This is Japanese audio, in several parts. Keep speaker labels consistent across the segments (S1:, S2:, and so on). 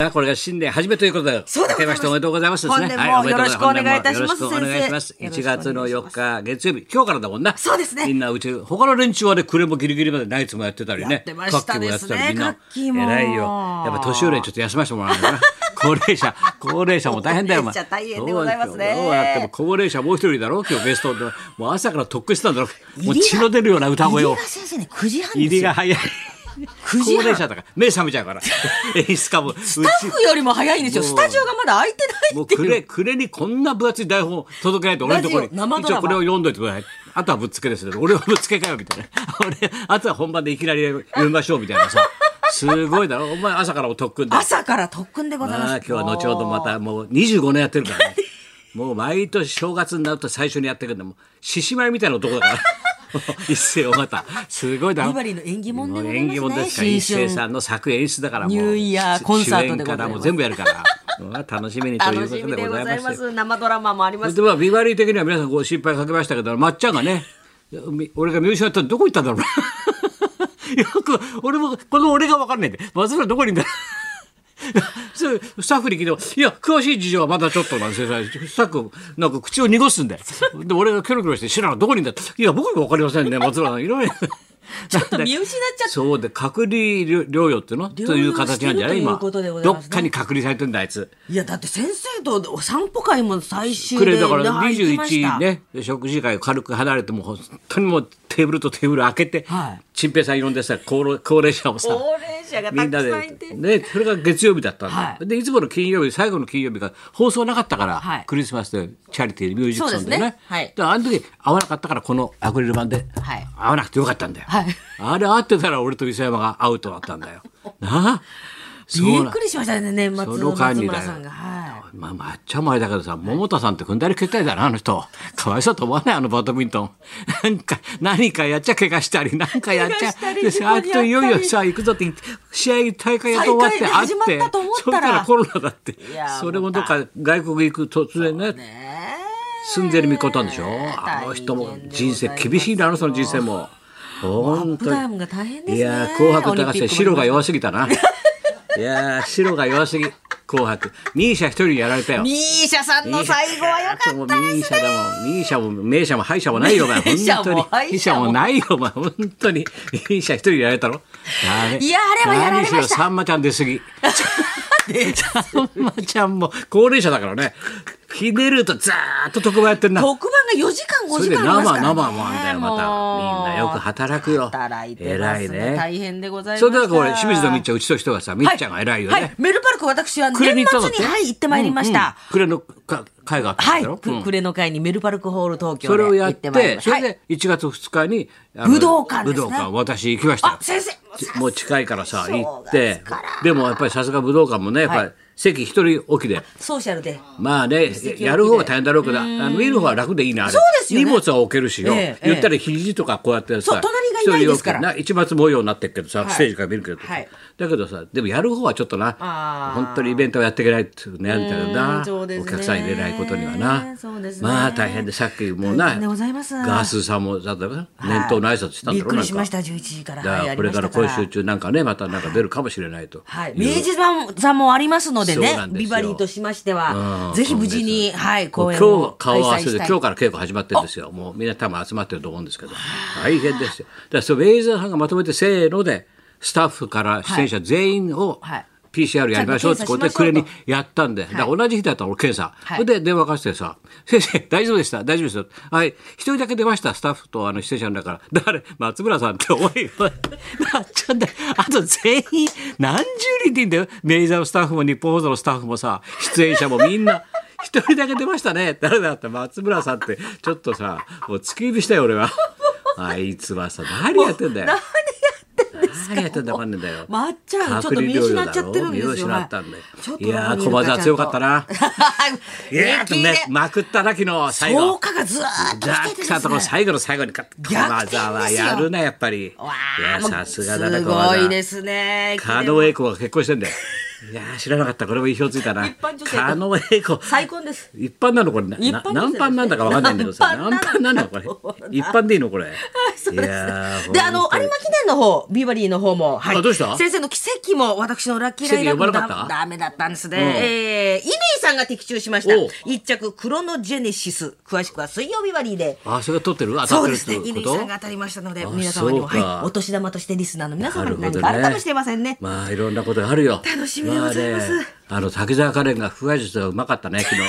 S1: さあ、これが新年初めということで、
S2: そうでござい
S1: 明け
S2: ます
S1: ましておめでとうございますですね。
S2: 本年も
S1: はいおめでとうござ
S2: よろしくお願いいたします
S1: 本年もよろしくお願いします。
S2: 先生
S1: 1月の
S2: よ
S1: 4
S2: ろしくお
S1: 日月曜日、今日からだもんな。
S2: そうですね
S1: みんなうち、他の連中はね、暮れもギリギリまでナイツもやってたりね。
S2: やってましたですね
S1: カッキーもやってたり、みんな。偉いよ。
S2: カッキー
S1: や
S2: も
S1: っぱ年寄りはちょっと休ませてもらわないとな。高齢者、高齢者も大変だよ、お前
S2: 高齢者大変でございま
S1: そ
S2: すね
S1: うなんでよどうやっても高齢者もう一人だろう、今日ベストで。もう朝からとっくしてたんだろう。もう血の出るような歌声を
S2: 入。江先生ね、9時半
S1: 入
S2: で
S1: り
S2: すよ。
S1: が 早い。高
S2: 時半
S1: 齢者だから、目覚めち ゃうから。演出家も。うち
S2: スタッフよりも早いんですよ。
S1: もう
S2: スタジオがまだ開いてな
S1: も
S2: いっ
S1: う
S2: て
S1: く
S2: いう。
S1: れ、くれにこんな分厚い台本届けないと俺のところに。
S2: ラジオ生ドラマ
S1: 一応これを読んどいてください。あとはぶっつけですね。俺はぶっつけかよ、みたいな。 俺、あとは本番でいきなり読みましょう、みたいなさ。すごいだろ。お前朝からも特訓だ。
S2: 朝から特訓でございます。
S1: ああ今日は後ほどまたもう25年やってるからね もう毎年正月になると最初にやってくるんだもう獅子舞みたいな男だから 一世尾形すごいだろ
S2: ビバリーの縁起物でございますね
S1: もう縁起物ですから
S2: 新春
S1: 一世さんの作演出だからもう
S2: ニューイヤーコンサートで
S1: 主演
S2: ございます
S1: からもう全部やるからうん楽しみにという
S2: 楽
S1: こ
S2: し
S1: と
S2: み
S1: で
S2: で
S1: ご
S2: ご
S1: ざい
S2: ざ
S1: ま
S2: い
S1: す
S2: ます。生ドラマもありま
S1: それ
S2: す。
S1: でまあビバリー的には皆さんご心配かけましたけどまっちゃんがねみ俺が見失ったらどこ行ったんだろうな よく俺もこの俺が分かんないんで松村どこにいんだそう スタッフに聞いても「いや詳しい事情はまだちょっとなんですよ」スタッフなんか口を濁すんでで俺がキョロキョロして「知らんどこにいんだ」いや僕も分かりませんね松村さんいろいろ」ちょっ
S2: と見失っ ちゃった
S1: そうで隔離療養っていうのという形なんじゃない
S2: 療
S1: 今
S2: 養してるということでござい
S1: ど
S2: ま
S1: っ
S2: すね
S1: かに隔離されてんだあいつ。
S2: いや、だって先生とお散歩会も最終
S1: く
S2: で
S1: れだから
S2: 入りました
S1: 21ね食事会を軽く離れてもう本当にもうテーブルとテーブル開けて、
S2: はい
S1: チンペイさん呼んでさ高齢高齢者をさ
S2: 高齢者が
S1: み
S2: た
S1: んな
S2: く
S1: で
S2: さんいて。
S1: ねそれが月曜日だったんだ、
S2: はい
S1: でいつもの金曜日最後の金曜日が放送なかったから、
S2: はい
S1: クリスマスでチャリティーミュージックソンでね
S2: そうですねはい
S1: であの時合わなかったからこのアクリル板で、
S2: はい
S1: 合わなくてよかったんだよ、
S2: はい
S1: あれ合ってたら俺と磯山がアウトだったんだよ なあ
S2: び
S1: そう
S2: っ
S1: な
S2: くりしましたね、年末
S1: そ
S2: の
S1: の間
S2: 松
S1: にだよ
S2: 村さんが。は
S1: まあ、まっちゃ前だけどさ、桃田さんって踏んだり蹴ったりだな、あの人。かわいそうと思わない、あのバドミントン。 なんか、何かやっちゃ怪我したり、なんかやっち
S2: 怪
S1: ゃ
S2: 我した。り
S1: でさ、あ
S2: 事故に遭った
S1: と
S2: り
S1: いよいよさ、行くぞって言って、試合大会やっと終わって、あっ
S2: 再開で始ま
S1: て
S2: ったと思っ、
S1: そ
S2: たら
S1: したらコロナだって
S2: いや。ー
S1: それもどっか外国行く突然ね
S2: い。、ねえ
S1: 住んでるみことんでしょ。
S2: ねえ
S1: あの人も
S2: 大変でございます
S1: 人生厳しいな、あの人の人生も。本
S2: アップダウンが大変ですね
S1: いやー紅白
S2: オ
S1: 高
S2: リンピッ
S1: 瀬、
S2: クも
S1: 白が弱すぎたな。いやー白が弱すぎ、紅白。ミーシャ一人にやられたよ。
S2: ミーシャさんの最後は良かった
S1: もうミーシャだもん。ミーシャも、名ーシャも、歯医者もないよ、お前。
S2: 名医者
S1: 本当に。
S2: も歯
S1: 医
S2: 医
S1: 者
S2: 者も
S1: もないよ、お前。本当に。ミーシャ一人やられたろ。ダメ
S2: いやあれはやられました
S1: 何しろ、さんまちゃん出過ぎ。さんまちゃんも、高齢者だからね。ひねるとずーっと特番やってんな。
S2: 特番が4時間5
S1: それ
S2: 時
S1: で
S2: 間ありま
S1: 生
S2: すから、ね、
S1: 生もあんだよまた
S2: もう
S1: みんなよく働くよ
S2: 働いてますね
S1: 偉いね
S2: 大変でございまし
S1: そ
S2: た
S1: れでこれ清水のみっちゃんうちとしてはさみっちゃんが偉いよね、
S2: はいはい、メルパルク私は
S1: 暮
S2: 年
S1: れ
S2: 末
S1: に行ったんだっ
S2: に
S1: て
S2: はい行ってまいりました、
S1: うんうん暮れのか会があったんだろ、
S2: はい、く
S1: うん
S2: 暮れの会にメルパルクホール東京
S1: そ
S2: で
S1: れをやっ
S2: 行っ
S1: て
S2: てまいりまし
S1: そ
S2: た
S1: れで1月2日にあの
S2: 武道館ですね
S1: 武道館私行きましたよ
S2: あ先生
S1: ちもう近いからさ
S2: 正
S1: 行っ
S2: 月
S1: て
S2: から
S1: でもやっぱりさすが武道館もねやっぱり席一人置きで。
S2: ソーシャルで
S1: まあね、やる方は大変だろうけど、あの見る方は楽でいいな、あれ。
S2: そうですよね
S1: 荷物は置けるしよ。
S2: ええ
S1: 言ったら肘とかこうやって
S2: そ
S1: さ
S2: う、隣がいないですから
S1: 一人置くな一抹模様になってるけどさ、
S2: い
S1: ステージから見るけど。
S2: はい
S1: だけどさ、でもやる方はちょっとな、
S2: あー
S1: 本当にイベントはやっていけないっていう悩みだけど
S2: うん
S1: な、
S2: そうです
S1: お
S2: ね
S1: 客さん入れないことにはな
S2: そうで。すね
S1: まあ大変で、さっきもうな、
S2: 大変でございます
S1: ガースーさんも、だってな年頭の挨拶したんだろ
S2: びっくりし
S1: なん
S2: ま
S1: か
S2: した11時から
S1: だか
S2: はい
S1: ら
S2: やり
S1: これ
S2: まし
S1: か
S2: た
S1: ら
S2: から
S1: 今週中なんかね、またなんか出るかもしれないと。
S2: はい、明治座もありますのでね
S1: そうなんですよ
S2: ビバリーとしまして
S1: うん
S2: はぜひ無事に、はい、
S1: も
S2: 公
S1: う
S2: 演
S1: 今日
S2: を開
S1: 顔合わ
S2: 催
S1: せ
S2: し
S1: で
S2: たい
S1: 今日から稽古始まってるんですよもうみんな多分集まってると思うんですけど大変ですよだからそのエイザーさんがまとめてせーのでスタッフから出演者全員を
S2: はい
S1: PCR やりましょうってことで
S2: ちゃんと
S1: 暮れ
S2: 検査しましょうと
S1: にやったんで、だから同じ日だったの俺検査、
S2: はい
S1: それで電話かしてさ「先生大丈夫でした大丈夫ですよ」はい一人だけ出ましたスタッフとあの出演者の中から誰松村さんっておいおいなっ ちゃんだよあと全員何十人っていいんだよメイザーのスタッフも日本放送のスタッフもさ出演者もみんな 一人だけ出ましたね誰だって松村さんってちょっとさもう突き指したよ俺はあいつはさ何やってんだよ何やってんだかんねえんだよ。
S2: まっちゃんちょ
S1: 隔
S2: っと
S1: 離
S2: 見
S1: 療養
S2: 失
S1: だろ
S2: っちゃってるんですよ
S1: 見失ったんだよ
S2: はいちょっと
S1: いやー
S2: どこにいるか
S1: 駒沢強か ったな
S2: ちゃんと
S1: いやーっと
S2: 平気
S1: ね
S2: で、
S1: まくったな、昨日、最後
S2: 効。果がずーっと
S1: ザ
S2: 来
S1: ッ
S2: てて
S1: ク
S2: で
S1: さん
S2: す
S1: とこ
S2: ね
S1: の最後の最後に勝った
S2: 逆
S1: 駒
S2: 転ですよ
S1: 沢はやるな、やっぱり。い
S2: わあ
S1: や、さすがだね、
S2: す
S1: 駒沢
S2: ごいですね。
S1: 狩野英孝が結婚してんだよ。いやー知らなかったこれも意表ついたな
S2: 一般女性と
S1: 狩野英孝
S2: 再婚です
S1: 一般なのこれな
S2: 一
S1: な
S2: 般
S1: 何
S2: 女性
S1: 般なんだかわかんないんだけどさ何
S2: 何
S1: 般
S2: 般
S1: な
S2: なんん
S1: だ
S2: だ
S1: これ
S2: どうだ
S1: 一般でいいのこれ
S2: そう
S1: いやー
S2: ですであの
S1: 本当に
S2: 有馬記念の方ビバリーの方も、はい、
S1: あどうした
S2: 先生の奇跡も私のラッキーライ
S1: 奇
S2: ダー
S1: 跡
S2: も
S1: 呼ばなかっ
S2: だ
S1: た
S2: ダメだったんですね、
S1: うん
S2: えー、乾さんが的中しました
S1: おう
S2: 一着クロノジェネシス詳しくは水曜ビバリーで
S1: あそれが取ってる当た
S2: そ
S1: っ
S2: う
S1: てるっ
S2: ですね
S1: てこ
S2: 乾
S1: と
S2: さんが当たりましたので
S1: あ
S2: 皆様にも、
S1: そうか
S2: はい、お年玉としてリスナーの皆
S1: な
S2: 様
S1: る
S2: に
S1: ほ
S2: 何
S1: ど
S2: かあるかも
S1: ね
S2: しれませんね
S1: まあいろんなことあるよ
S2: 楽しみでございます
S1: あねあの滝沢カレンが腹話術がうまかったね昨 日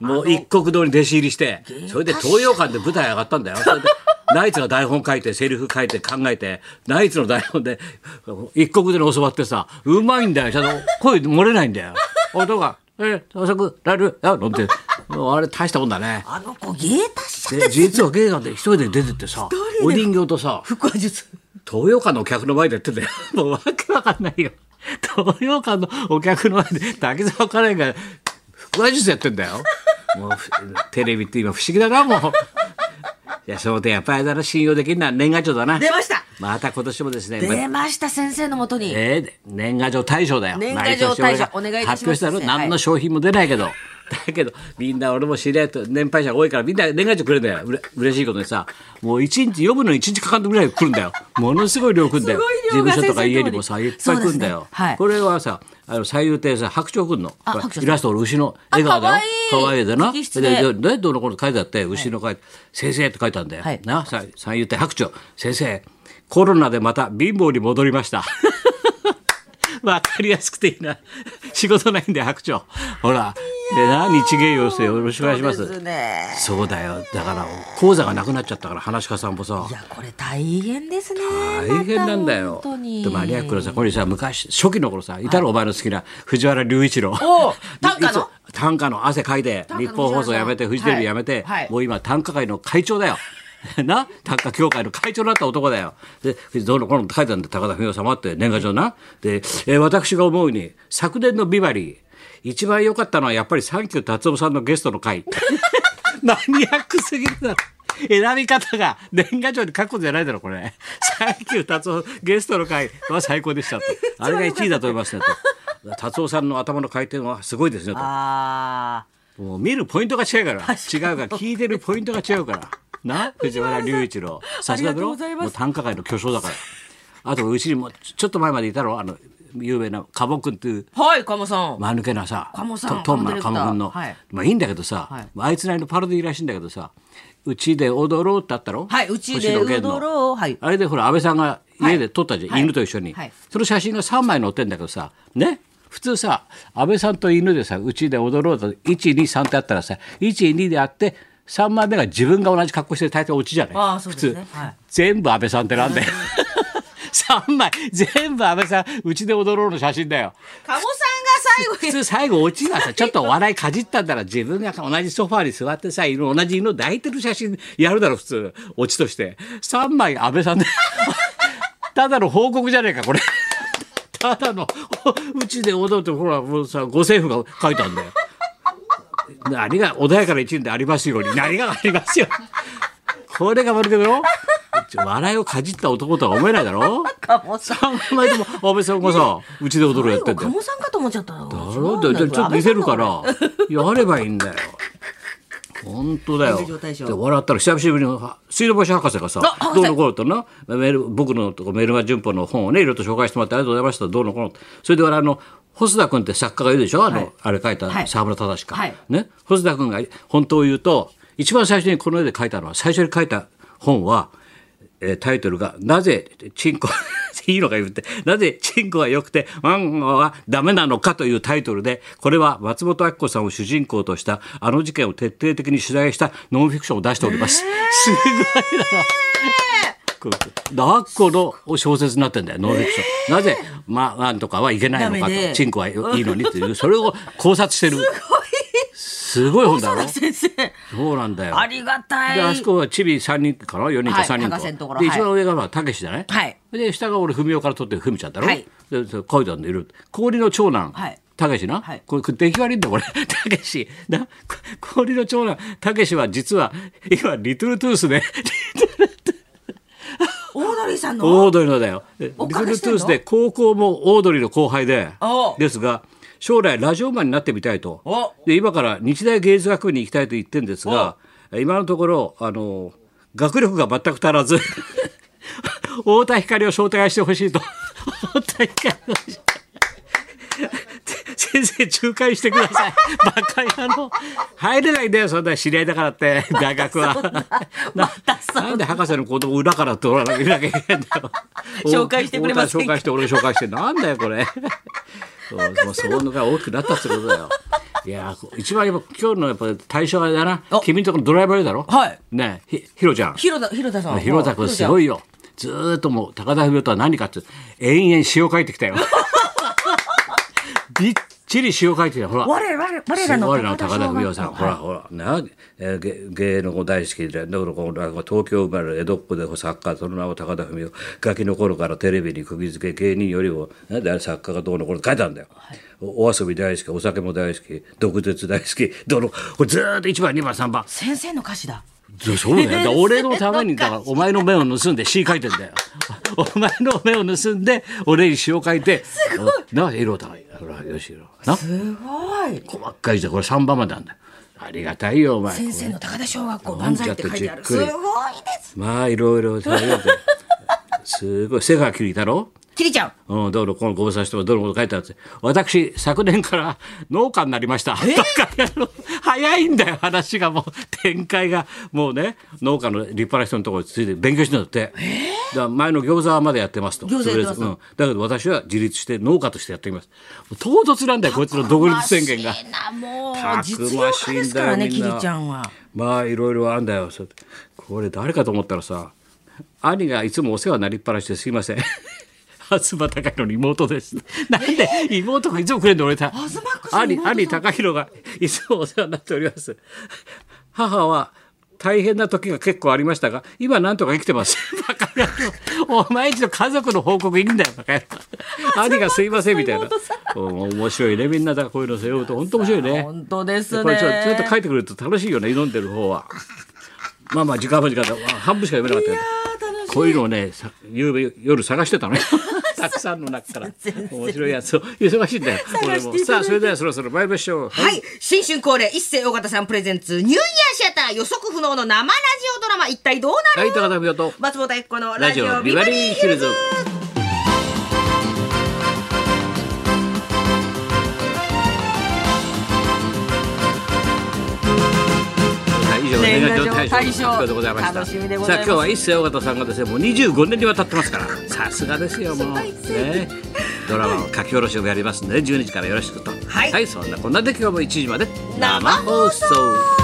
S1: もう一国堂に弟子入りしてそれで東洋館で舞台上がったんだよそれでナイツが台本書いてセリフ書いて考えてナイツの台本で一国堂に教わってさうまいんだよちゃんと声漏れないんだよ 音が「え早速ラルや飲んで」もうあれ大したもんだね
S2: あの子芸達者
S1: で実は芸なんで一人で出てってさ
S2: 人で
S1: お人形とさ
S2: 腹話術
S1: 東洋館のお客の前でやってたよ。 もうわけわかんないよ。東洋館のお客の前で滝沢カレンが腹話術やってんだよ。もうふテレビって今不思議だな、もう。いや、そうでやっぱりだな、信用できんな年賀状だな。
S2: 出ました
S1: また今年もですね、
S2: 出ました先生のもとに
S1: えー年賀状大賞だよ。
S2: 年賀状大賞
S1: 毎年俺が
S2: お願いいたします
S1: 発表したの、
S2: 先生
S1: 何の商品も出ないけど。だけど、みんな俺も知り合いと年配者が多いから、みんな年賀状くれるんだよ。うれ嬉しいことにさ、もう一日、読むのに一日かかんぐらい来るんだよ。ものすごい量来るんだよ。
S2: すご
S1: 事
S2: い量
S1: 務
S2: が
S1: 所とか
S2: 先生
S1: 家にもさ、いっぱい来るんだよ
S2: そう。ですねはい
S1: これはさ、あの、最優亭さ、白鳥くんの、
S2: あ
S1: これ
S2: 白鳥さん
S1: イラスト俺牛の笑顔だよ。
S2: あ可愛い
S1: 可愛いでな。
S2: 直筆で
S1: ででどうのこうの書いてあって、牛の書いて、先生って書いてあるんだよ。
S2: はい
S1: な、さ、三遊亭白鳥、先生、コロナでまた貧乏に戻りました。 わかりやすくていいな。 仕事ないんで白鳥。ほら、でな、日芸養成よろしくお願いしま。
S2: そうですすね
S1: そうだよ。だから、講座がなくなっちゃったから、話し家さんもさ
S2: い。やこれ大変ですね
S1: 大変なんだ
S2: ま
S1: よ
S2: た本当。に
S1: でマニアックのさ、これさ、昔、初期の頃さ、いたろ、お前の好きな藤原隆一郎。
S2: おう短歌の
S1: いつ短歌の汗かいて、
S2: 短歌
S1: 日
S2: の
S1: 本放送やめて、フジ
S2: 藤
S1: テレビ
S2: 原
S1: や
S2: さん
S1: めて
S2: はいは、い
S1: もう今、短歌会の会長だよ。 な短歌協会の会長になった男だよ。で、どうのこうのって書いてあるんで、高田文夫様って年賀状な。で、えー私が思うに、昨年のビバリー、一番良かったのはやっぱりサンキュー達夫さんのゲストの 会。マニアックすぎるだろ。選び方が年賀状に書くことじゃないだろ、これ。サンキュー達夫ゲストの会は最高でしたと。あれが1位だと思いますねと。達夫さんの頭の回転はすごいですね
S2: あ
S1: と。もう見るポイントが違うから。違うから、
S2: 確かに
S1: 聞いてるポイントが違うから。な、藤原隆一郎。さすがだろ、
S2: ありがとうございます
S1: もう短歌界の巨匠だから。あと、うちにもちょちょっと前までいたろ、あの、有名なカボ君っていう。
S2: ーはい鴨さん
S1: 間抜けなさ
S2: 鴨さん
S1: トトンマの
S2: 鴨ディレクター
S1: 鴨君の、
S2: はい
S1: まあいいんだけどさ、
S2: はい
S1: あいつなりのパロディーらしいんだけどさ「うちで踊ろう」ってあったろ
S2: はいうちで
S1: 星野源の
S2: 踊ろうはい
S1: あれでほら安倍さんが家で撮ったじゃん、
S2: はい
S1: 犬と一緒に、
S2: はい
S1: その写真が3枚載ってんだけどさね普通さ安倍さんと犬でさうちで踊ろうと123ってあったらさ12であって3枚目が自分が同じ格好してる大体オチじゃない
S2: あーそうですね
S1: 普通、
S2: はい
S1: 全部安倍さんってなんだよ 3枚全部安倍さんうちで踊ろうの写真だよ
S2: 鴨さんが最 後
S1: 普通最後落ちがさちょっとお笑いかじったんだら自分が同じソファーに座ってさ犬同じ犬を抱いてる写真やるだろ普通落ちとして3枚安倍さんで ただの報告じゃねえかこれただのほうちで踊ってほらもうさ五線譜が書いてあるんだよ何が穏やかな一年でありますように何がありますよこれが悪けだろ笑いをかじった男とは思えないだろ
S2: 鴨さん
S1: 3枚とも安倍さんがさうちで踊るやってんだよ
S2: 鴨さんかと思っちゃった
S1: だろだちょっと見せるから やればいいんだよ本当だよ
S2: 臨時状態書
S1: で笑ったら久しぶりには水道橋博士がさ
S2: あ
S1: 「
S2: 博
S1: ど
S2: 士
S1: うのこうの」となメール僕のとこメルマ順法の本をねいろいろと紹介してもらってありがとうございましたどうのこうのそれであの細田君って作家がいるでしょあの、あれ書い
S2: は
S1: た
S2: い
S1: 沢村忠か、
S2: はい
S1: ね細田君が本当を言うと一番最初にこの絵で書いたのは最初に書いた本はえータイトルが「なぜチンコ いいのか言ってなぜチンコは良くてワンコはダメなのか」というタイトルでこれは松本明子さんを主人公としたあの事件を徹底的に取材したノンフィクションを出しております。すごいだろこうだっこの小説になってんだよノンフィクション。なぜまあワンとかはいけないのか
S2: ダメ
S1: と
S2: で
S1: チンコはいいのにっていうそれを考察してる。すごい本だろ。
S2: 先生
S1: そうなんだよ。
S2: ありがたい
S1: であそこはチビ3人かな4人か
S2: はい
S1: 3人か、
S2: 高瀬のところ
S1: で
S2: は
S1: 一
S2: い
S1: 番上がまあたけしだね、
S2: はい
S1: で下が俺文雄から取ってる文ちゃんだろ、
S2: はい
S1: でそう書いてあるんでいる氷の長男、
S2: はい
S1: たけしな、
S2: はい
S1: これこれ出来悪いんだこれ たけしなこ氷の長男たけしは実は今リトルトゥースで、
S2: オードリーさ
S1: オ
S2: ん
S1: ー
S2: の
S1: ドリーのだよ。え
S2: お
S1: リト
S2: 伺い
S1: ル
S2: して
S1: ト
S2: ん
S1: ゥ
S2: の
S1: ースで高校もオードリーの後輩で
S2: お、
S1: ですが、将来ラジオマンになってみたいと
S2: お。
S1: で、今から日大芸術学部に行きたいと言ってるんですが、今のところ、あの、学力が全く足らず、 太田光を招待してほしいと。太田光を招待先生仲介してくださいバカ野郎入れないんだよそんな知り合いだからって大学 はな,、なんで博士の子供裏から取らなきゃいけないんだよ
S2: 紹介してくれません
S1: 太田紹
S2: か
S1: 介して俺を紹介してなんだよこ れそうもうそうのが大きくなったってことだよいやー一番やっぱ今日のやっぱ対象はあれだな
S2: お
S1: 君んとこのドライバーだろ
S2: はい
S1: ねえひひろちゃん
S2: 広田広田さん
S1: 広田君すご
S2: い
S1: いよずーっともう高田文夫とは何かって延々詩を書いてきた よびっちり詩を書いてきたほら
S2: 我々我ら
S1: すごい
S2: の
S1: な高田文夫さん、ほらほらな、えー芸芸の子大好きでだからこの東京生まれ江戸っ子で作家その名も高田文夫ガキの頃からテレビに釘付け芸人よりもなんであれ作家がどうのこうの書いたんだよ、おお遊び大好きお酒も大好き毒舌大好きどうのこれずーっと1番2番3番
S2: 先生の歌詞だ
S1: そそう だよ。だから俺のために、だからお前の目を盗んで詩書いてんだ よ。お前の目を盗んで、俺に詩を書いて。すごい。な、色だ。ほら、よしろ。な、
S2: すごい
S1: 細かいじゃん。これ3番までなんだよ。ありがたいよ、お前。
S2: 先生の高田小学校万歳って書いてある
S1: じっ
S2: すご
S1: くり
S2: いです
S1: まあ、いろいろさ、よくすごい。背が切りたろ
S2: キリちゃん
S1: うん、どうのこのご無沙汰してもどうのこと書いてあるって。私、昨年から農家になりました。だからあの早いんだよ、話がもう、展開が。もうね、農家の立派な人のところについて勉強してんだって。だから前の餃子までやってますと。
S2: 餃子やって
S1: とり
S2: ます
S1: あえずうん。だけど私は自立して農家としてやっています。もう唐突なんだよ、こいつの独立宣言が
S2: た。くましいなもう
S1: た
S2: 実
S1: く
S2: 用
S1: ま
S2: 家
S1: しいんだよ
S2: ですからね
S1: み
S2: キ
S1: んな
S2: リちゃんは
S1: まあいろいろあんだよそうこれ誰かと思ったらさ兄がいつもお世話になりっぱなしですいません 東貴弘の妹ですなんで妹がいつもくれんの俺た
S2: 東貴弘の
S1: 兄
S2: 妹さん
S1: 兄貴弘がいつもお世話になっております母は大変な時が結構ありましたが今なんとか生きてますバカ野郎 お前一度家族の報告いいんだよバカ野郎兄がすいませんみ たいなうん面白いねみんなだからこういうの背負うと本当面白いね
S2: 本当ですね
S1: これちょちょっと書いてくれると楽しいよね挑んでる方はまあまあ時間も時間だ半分しか読めなかったけどこういうのをねさ夕べ夜探してた のねたくさんの中から面白いやつを忙しいんだよ俺もさあそれではそろそろ参りましょう
S2: はい。新春恒例、一世尾形さんプレゼンツ、ニューイヤーシアター予測不能の生ラジオドラマ、一体どうな
S1: ラ
S2: る
S1: イトが食べようと
S2: 松本明子の
S1: ラ
S2: ラ
S1: ジ
S2: ジオ
S1: オ
S2: ビ
S1: ビ
S2: バ
S1: バ
S2: リ
S1: リ
S2: ー
S1: ー
S2: ヒ
S1: ヒ
S2: ル
S1: ル
S2: ズ
S1: ズ。はい以上年賀状大賞の発表でございました
S2: 楽しみでござ
S1: さ
S2: い
S1: あ今
S2: ます
S1: 日は一世尾形さんがですねもう25年にわたってますからさすがですよもう
S2: いですね
S1: ねドラマを書き下ろしをやりますので12時からよろしくと
S2: はい
S1: そんなこんなで今日も1時まで
S2: 生放送